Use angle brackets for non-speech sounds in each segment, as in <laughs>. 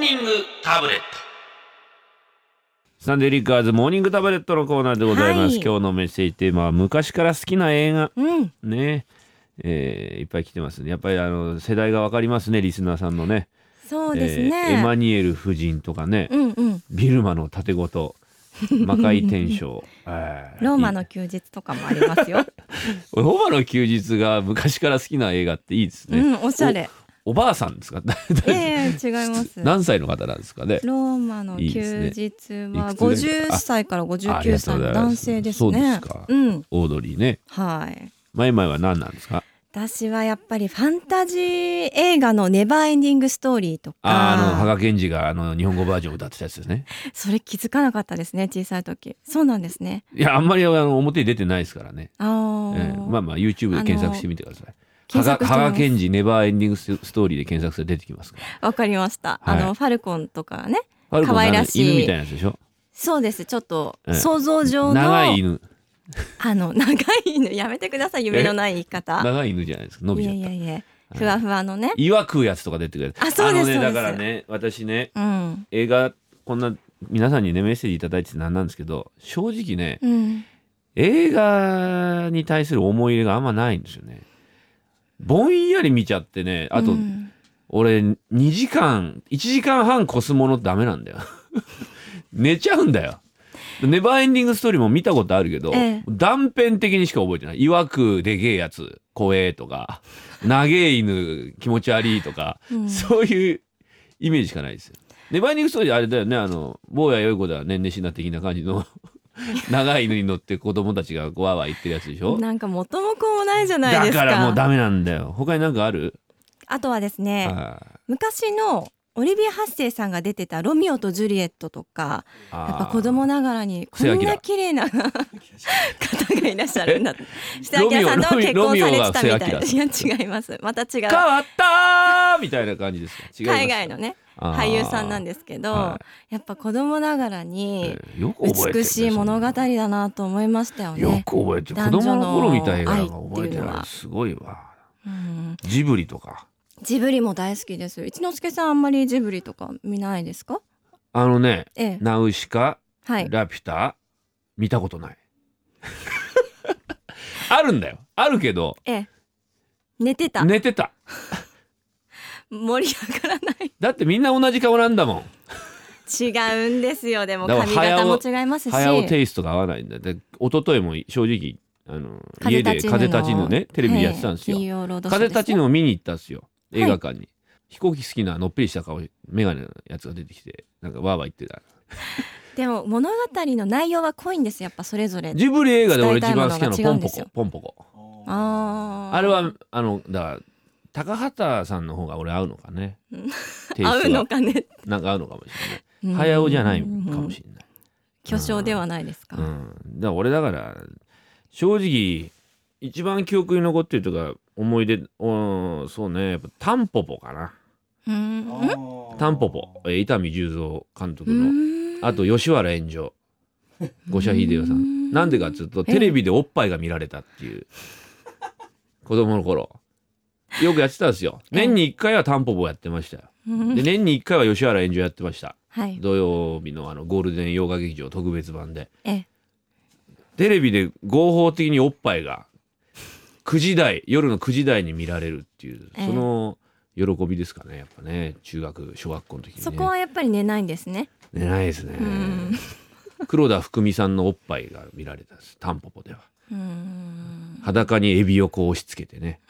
ニングタブレットサンデーリッカーズモーニングタブレットのコーナーでございます、はい今日のメッセージテーマは昔から好きな映画うん。ねえーいっぱい来てますねやっぱりあの世代がわかりますねリスナーさんのねそうですえーエマね。ニュエル夫人とかね、うんうん。ビルマの盾ごと魔界転 <laughs> 生えーローマの休日とかもあ <laughs> りますよ。ローマの休日が昔から好きな映画っていいですうね、ん、おしゃれ。おばあさんです <laughs> かいやいや違いま <laughs> す。何歳の方なんですかねローマのいいですね休日はいくつぐらい五十歳から五十ああり九がとうござ歳のいます男性ですそうでねすか。うん、オードリーねはい。前々は何なんですか私はやっぱりファンタジー映画のネバーエンディングストーリーとああの羽か、賀健二があの日本語バージョンを歌ってたやつですねそれ気づかなかったですね、小さい時。そうなんですね。いやあんまりあの表に出てないですからね、あえー、えまあまあ YouTube で検索してみてください羽検賀索してみます羽賀健二ネバーエンディングストーリーで検索すると出てきますからわかりました。あはいのファルコンとかね、ファルコンのあの可愛らしい犬みたいなやつでしょそうです。ちょっとええ想像上の、長い犬あの長い犬やめてください。夢のない言い方。長い犬じゃないですか伸びいちゃやったいやいや、ふわふわのね。岩食うやつとか出てくるあそうあですのねだそうですからね私ねうん、映画こんな皆さんにねメッセージいただいててなんなんですけど正直ねうん、映画に対する思い入れがあんまないんですよねぼんやり見ちゃってねあと、うん俺2時間1時間半越すものダメなんだよ <laughs> 寝ちゃうんだよネバーエンディングストーリーも見たことあるけど、ええ断片的にしか覚えてない「いわくでげえやつ怖え」とか「長え犬気持ち悪い」とか、うんそういうイメージしかないですよ。ネバーエンディングストーリーあれだよねあの坊やよい子では年々しな的な感じ <laughs> の長い犬に乗って子供たちがわーわー言ってるやつでしょなんか元も子もないじゃないでだすか。からもうダメなんだよ他になんかある、あとはですね、あ昔のオリビア・ハッセイさんが出てた「ロミオとジュリエット」とかーやっぱ子供ながらにこ布施ん明な綺 <laughs> 麗な方がいらっしゃるんだって下ロミ明オさんとは結ロ婚ミオされがてたみたい布ないや違いますまた違う変わったーみたいな感じですか違います海外のね俳優さんなんですけど、はやっぱ子供ながらにえーよく覚えてるね美しい物語だなと思いましたよそんなよね。く覚えてる子男女の供の頃みたいなのが覚え愛ってていうのなはいすごいわうんジブリとかジブリも大好きです一之輔さんあんまりジブリとか見ないですかあのねええナウシカ、はいラピュタ見たことない <laughs> あるんだよあるけどええ寝てた、寝てた盛り上がらないだってみんな同じ顔なんだもん違うんですよでもだから髪型も違いますし早尾テイストが合わないんだで一昨日も正直あの風家で立ちぬの風立ちぬねテレビでやってたんですよええ金曜ロードショー風ですね立ちぬを見に行ったんですよい映画館に、飛行機好きなのっぺりした顔眼鏡のやつが出てきてなんかわーわー言ってたでも物語の内容は濃いんですやっぱそれぞれジブリ映画で俺一伝えたい番好きなのものポンが違うんポですコよポンポコあーあれはあのだから高畑さんの方が俺合うのかねテイ合スうトがのかねなんか合うのかもしれないうん早尾じゃないかもしれない、巨匠ではないですか、うん、だから俺だから正直一番記憶に残ってるとか思い出うんそうねやっぱタンポポかなうんうんタンポポえー伊丹十三監督うのんあと吉原炎上五社秀夫さうんんなんでかっつうとテレビでおっぱいが見られたっていう子供の頃よくやってたんですよ年に1回はタンポポやってましたよで年に1回は吉原炎上やってましたはい土曜日のあのゴールデン洋画劇場特別版でええテレビで合法的におっぱいが9時台夜の9時台に見られるっていうええその喜びですかねやっぱね中学小学校の時にねそこはやっぱり寝ないんですね寝ないですねん黒田福美さんのおっぱいが見られたんですタンポポではうん裸にエビをこう押し付けてね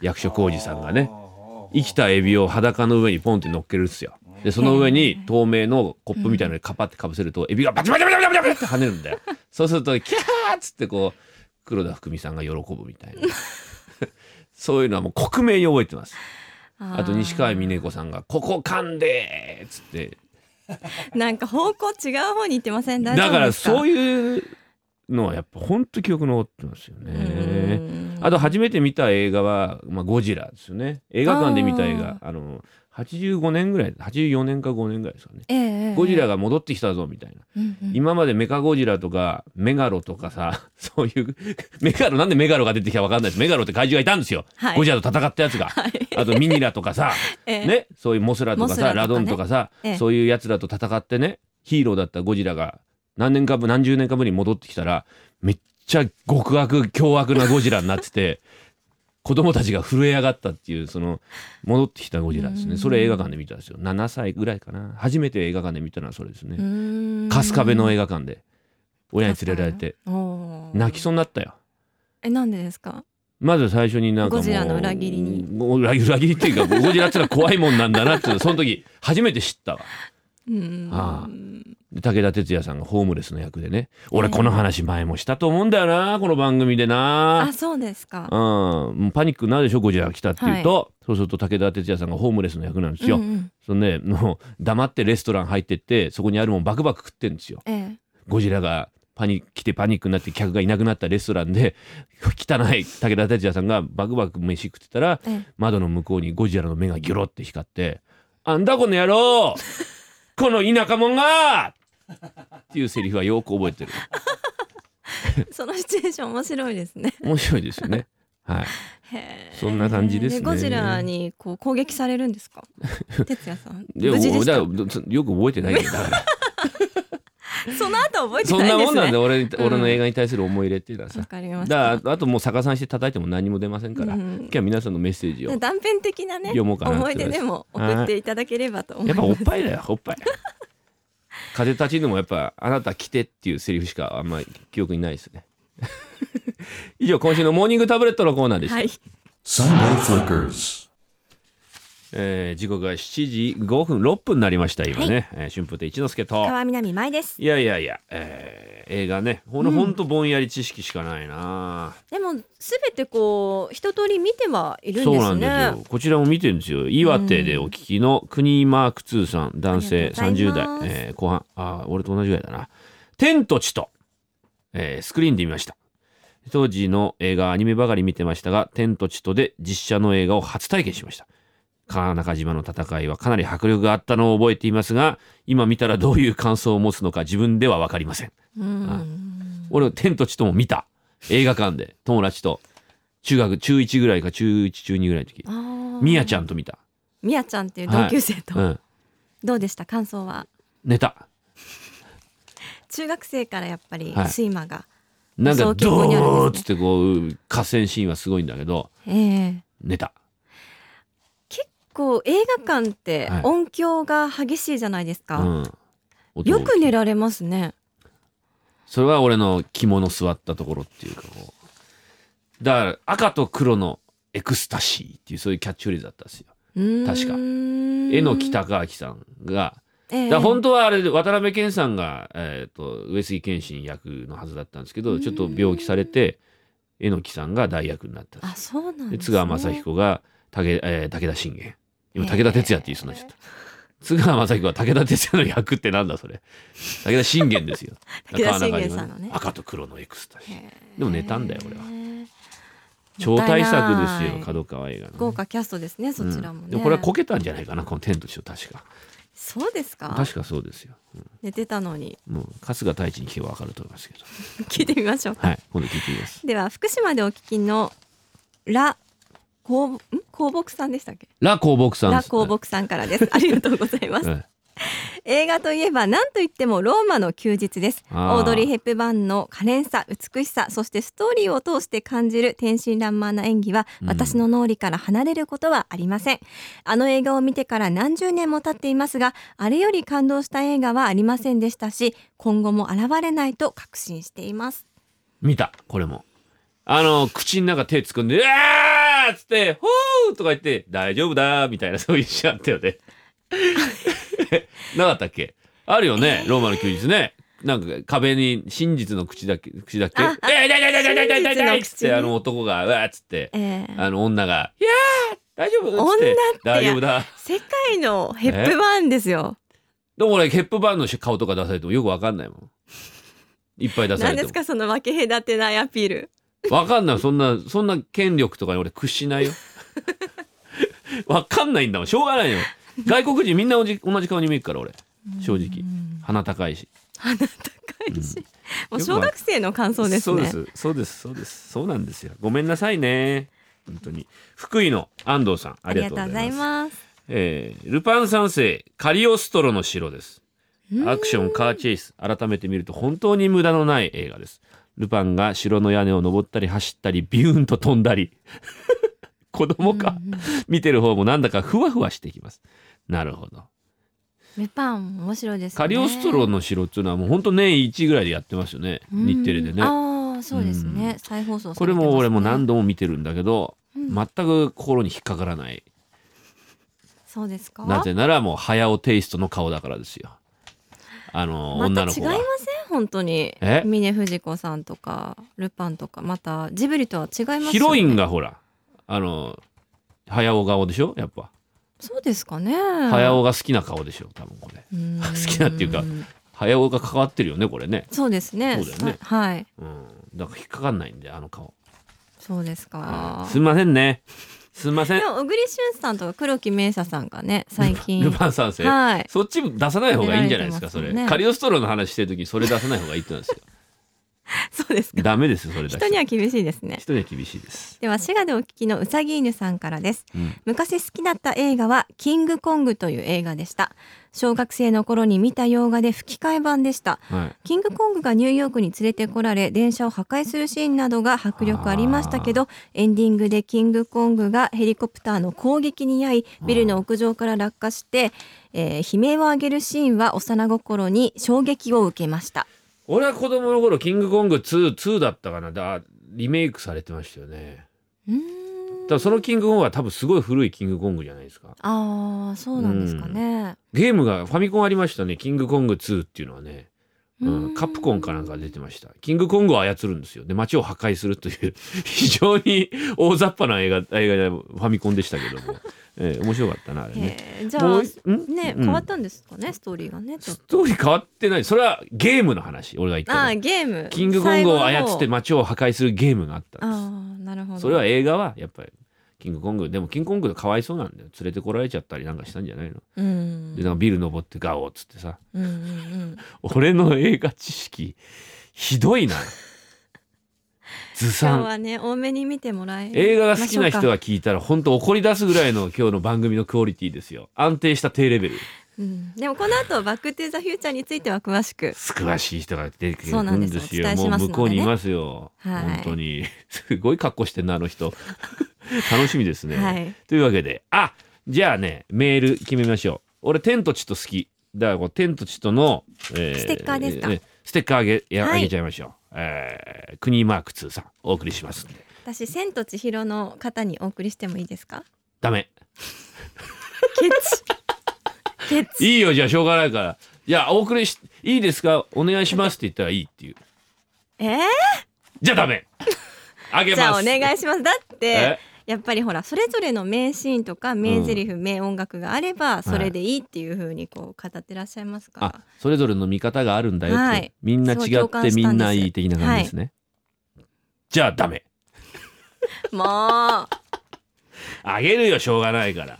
役所広司さんがね生きたエビを裸の上にポンって乗っけるんですよでその上に透明のコップみたいなのにカパってかぶせるとエビがバチバチバチバチバチって跳ねるんだよそうするとキャーっつってこう黒田福美さんが喜ぶみたいなそういうのはもう克明に覚えてますああと西川峰子さんが「ここ噛んで!」っつってーなんか方向違う方に行ってません大丈だか夫でらすかそういいうのはやっぱ本当記憶残ってますよね。あと初めて見た映画は、まあ、ゴジラですよね映画館で見た映画あの85年ぐらい84年か5年ぐらいですかねええええゴジラが戻ってきたぞみたいなうんうん今までメカゴジラとかメガロとかさ <laughs> そういうメガロなんでメガロが出てきたか分かんないですメガロって怪獣がいたんですよ、はいゴジラと戦ったやつが、はいあとミニラとかさ、 <laughs> ええねそういうモスラとかモスさラとかねラドンとかさ、ええそういうやつらと戦ってねヒーローだったゴジラが何年かぶ何十年かぶりに戻ってきたらめっちゃ極悪凶悪なゴジラになってて <laughs> 子供たちが震え上がったっていうその戻ってきたゴジラですうねんそれ映画館で見たんですよ7歳ぐらいかな初めて映画館で見たのはそれですね、うーん春日部の映画館で親に連れられて泣きうそうになったよえなんでですかまず最初になんかもうゴジラの裏切りにもう裏裏切りっていうかゴジラってのは怖いもんなんだなっていうのその時初めて知ったわうーんああで武田鉄矢さんがホームレスの役でね俺ええこの話前もしたと思うんだよなこの番組であなそうですかうんもうパニックになるでしょゴジラが来たっていうと、そうすると武田鉄矢さんがホームレスの役なんですよ、うんうんそのねもう黙ってレストラン入ってってそこにあるもんバクバク食ってんですよええゴジラがパニ来てパニックになって客がいなくなったレストランで <laughs> 汚い武田鉄矢さんがバクバク飯食ってたらええ窓の向こうにゴジラの目がギョロって光って「あんだこの野郎 <laughs> この田舎者が!」っていうセリフはよく覚えてるそのシチュエーション面白いですね面白いですよねはいへえそんな感じですねゴジラにこう攻撃されるんです <laughs> か哲也さんで無事でしだたからよく覚えてないよだ <laughs> からその後覚えてそんないなんでもすんなんねで俺,、ん俺の映画に対する思い入れっていうのはさわかりまだしたからあともう逆さにして叩いても何も出ませんから、うん今日は皆さんのメッセージを断片的なね読もうかなって思い出でも送っていただければと思やっいぱまおっすぱい <laughs> だよ、おっぱい。風立ちぬもやっぱ、あなた来てっていうセリフしかあんまり記憶にないですね。 <laughs> 以上、今週のモーニングタブレットのコーナーでした。はい Sunday Flickers. えー時刻が7時5分、6分になりました、今ね。えー春風亭一之輔と。川南舞ですいやいやいや、えー映画ね。ほん,、ほんとぼんやり知識しかないなでもすべてこう一通り見てはいるんそうでなすんでねすよ。こちらも見てるんですよ。岩手でお聞きの国マーク2さん、男性あり30がとうございます代、えー後半、あー俺と同じぐらいだな。天と地と、えースクリーンで見ました。当時の映画、アニメばかり見てましたが、天と地とで実写の映画を初体験しました。川中島の戦いはかなり迫力があったのを覚えていますが、今見たらどういう感想を持つのか自分ではわかりません。うん俺天と地とも見た映画館で友達と中学中1ぐらいか中1中2ぐらいの時あーみやちゃんと見た、みやちゃんっていう同級生と、うん、どうでした感想は寝た中学生からやっぱりはい睡魔が、なんかそう傾ド向にあるんですねーッつってこう河川シーンはすごいんだけどええ寝た結構映画館ってはい音響が激しいじゃないですか、うん音よく寝るられますねそれは俺の着物座ったところっていうかこうだから赤と黒のエクスタシーっていうそういうキャッチフレーズだったんですよ確か絵絵の木高明さんがええだから本当はあれで渡辺謙さんが、えー、と上杉謙信役のはずだったんですけどちょっと病気されて榎木さんが大役になったんですあそうなんでです、津ね、川雅彦が武,、えー武田信玄今えー武田鉄矢って言いそうになっちゃった、津川雅彦は武田鉄矢の役ってなんだそれ武田信玄ですよ <laughs> 武田信玄川中島さんのね赤と黒のエクスタシーへえでも寝たんだよ俺はも超ったい大作なですいよ角川映画のね、豪華キャストですねそちらもね、うんでもこれはこけたんじゃないかなこの天と地を確かそうですか確かそうですよ、寝てたのに <laughs> うん、もう春日太一に聞けば分かると思いますけど聞いてみましょうか、はい今度聞いてみますでは福島でお聞きのラこうん香木さんでしたっけラ・コーボクさんラ香木さんからですありがとうございますうん映画といえば何といってもローマの休日ですオあーードリー・ヘップバーンの可憐さ美しさそしてストーリーを通して感じる天真爛漫な演技はうん私の脳裏から離れることはありません、あの映画を見てから何十年も経っていますがあれより感動した映画はありませんでしたし今後も現れないと確信しています見たこれもあの口の中手突っ込んで「うわー!」っつって「ほー!」とか言って「大丈夫だ」みたいなそういうシーンあったよね <laughs> なかったっけあるよねローマの休日ねなんか壁に真実の口だけ口だっけあ「えいだいだいだいだいだいだいだい!」っ真実の口ねつってあの男が「うわー!」っつってえーあの女が「いやー大丈夫!」っつって女って「大丈夫だ」世界のヘップバーンですよでも俺ヘップバーンの顔とか出されてもよくわかんないもんいっぱい出され何てでもすかその分け隔てないアピールわかんないそんな <laughs> そんな権力とかに俺屈しないよわかんないんだもんしょうがないよ外国人みんな同じ同じ顔に見えるから俺正直鼻高いし鼻高いし、もう小学生の感想ですね。そうですそうですそうですそうなんですよごめんなさいね本当に福井の安藤さんあありりががとうごとうござざいいますます。えールパン三世カリオストロの城ですアクションカーチェイス改めて見ると本当に無駄のない映画ですルパンが城の屋根を登ったり走ったりビューンと飛んだり <laughs> 子供か、見てる方もなんだかふわふわしてきますなるほどルパン面白いですね。カリオストロの城っていうのはもう本当年1ぐらいでやってますよねうん日テレでねああそうですね。再放送さこてれますねも俺も何度も見てるんだけど、全く心に引っかからないそうですか。なぜならもう早尾テイストの顔だからですよあのまた女違いの子ませんが本当にえ峰不二子さんとかルパンとかまたジブリとは違いますよねヒロインがほらあの早尾顔でしょやっぱ、そうですかね早早尾が好きな顔でしょ多分これ好好きなっていうか早尾が関わってるよねこれね、そうですねそうだよねさはいうん、だから引っかかんないんであの顔そうですかすいませんねすいませんでも小栗旬さんとか黒木明紗さんがね最近ルパン三世、はいそっち出さない方がいいんじゃないですか出らそれれてますもんねカリオストロの話してる時にそれ出さない方がいいってなんですよそうです <laughs> <laughs> かダメですよそれ出した人らには厳しいですね人には厳しいです、では滋賀でお聞きのうさぎ犬さんからですうん昔好きだった映画はキングコングという映画でした小学生の頃に見た洋画で吹き替え版でしたはい、キングコングがニューヨークに連れてこられ電車を破壊するシーンなどが迫力ありましたけどエンディングでキングコングがヘリコプターの攻撃に遭いビルの屋上から落下して、えー悲鳴を上げるシーンは幼心に衝撃を受けました俺は子供の頃キングコング2 2だったかなだリメイクされてましたよねうーんただそのキングコングは多分すごい古いキングコングじゃないですかあーそうなんですかねゲームがファミコンありましたねキングコング2っていうのはね、うんうーんカプコンかなんか出てましたキングコングを操るんですよで街を破壊するという <laughs> 非常に大雑把な映画映画じゃないファミコンでしたけども、えー面白かったなあれねえーじゃもあううんねうん変わったんですかね、ストーリーがねちょっスとトーリー変わってないそれはゲームの話俺が言ったのあはーゲームキングコングを最後の操方って街を破壊するゲームがあったんですあーなるほどそれは映画はやっぱりキングコングでもキングコングがかわいそうなんだよ連れてこられちゃったりなんかしたんじゃないの、うんでなんかビル登ってガオっつってさうんうんうん俺の映画知識ひどいなず今さ日んはね多めに見てもらえ映画が好きな人は、が聞いたら本当怒り出すぐらいの今日の番組のクオリティですよ安定した低レベルうん、でもこの後バックトゥザフューチャーについては詳しく詳しい人が出てくそうるなんんでですすよお伝えしもまうすのでね向こうにいますよ、はい本当にすごい格好してんなあの人楽しみですね、はいというわけであじゃあねメール決めましょう俺天と地と好きだからこう天と地との、えステッカーですかえステッカーあげや、はいあげちゃいましょう、えー、国マーク2さんお送りしますんで私千と千尋の方にお送りしてもいいで <laughs> すかダメケチケチいいよじゃあしょうがないからじゃあお送りしいいですかお願いしますって言ったらいいっていうえーじゃあダ <laughs> メあげますじゃあお願いしますだってえやっぱりほらそれぞれの名シーンとか名台詞、名音楽があればそれでいいっていう風にこう語ってらっしゃいますから、あそれぞれの見方があるんだよって、はいみんなそう違共っ感てしたんですみんないい的な感じですね、じゃあダメもうあげるよしょうがないから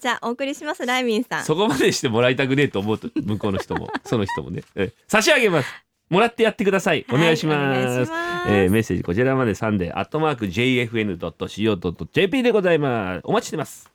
じゃあお送りしますライミンさんそこまでしてもらいたくねえと <laughs> 思うと向こうの人もその人もね、ええ差し上げますもらってやってくださいお願いします,、はいお願いしますえーメッセージこちらまでサンデーアットマーク JFN.CO.JP でございますお待ちしてます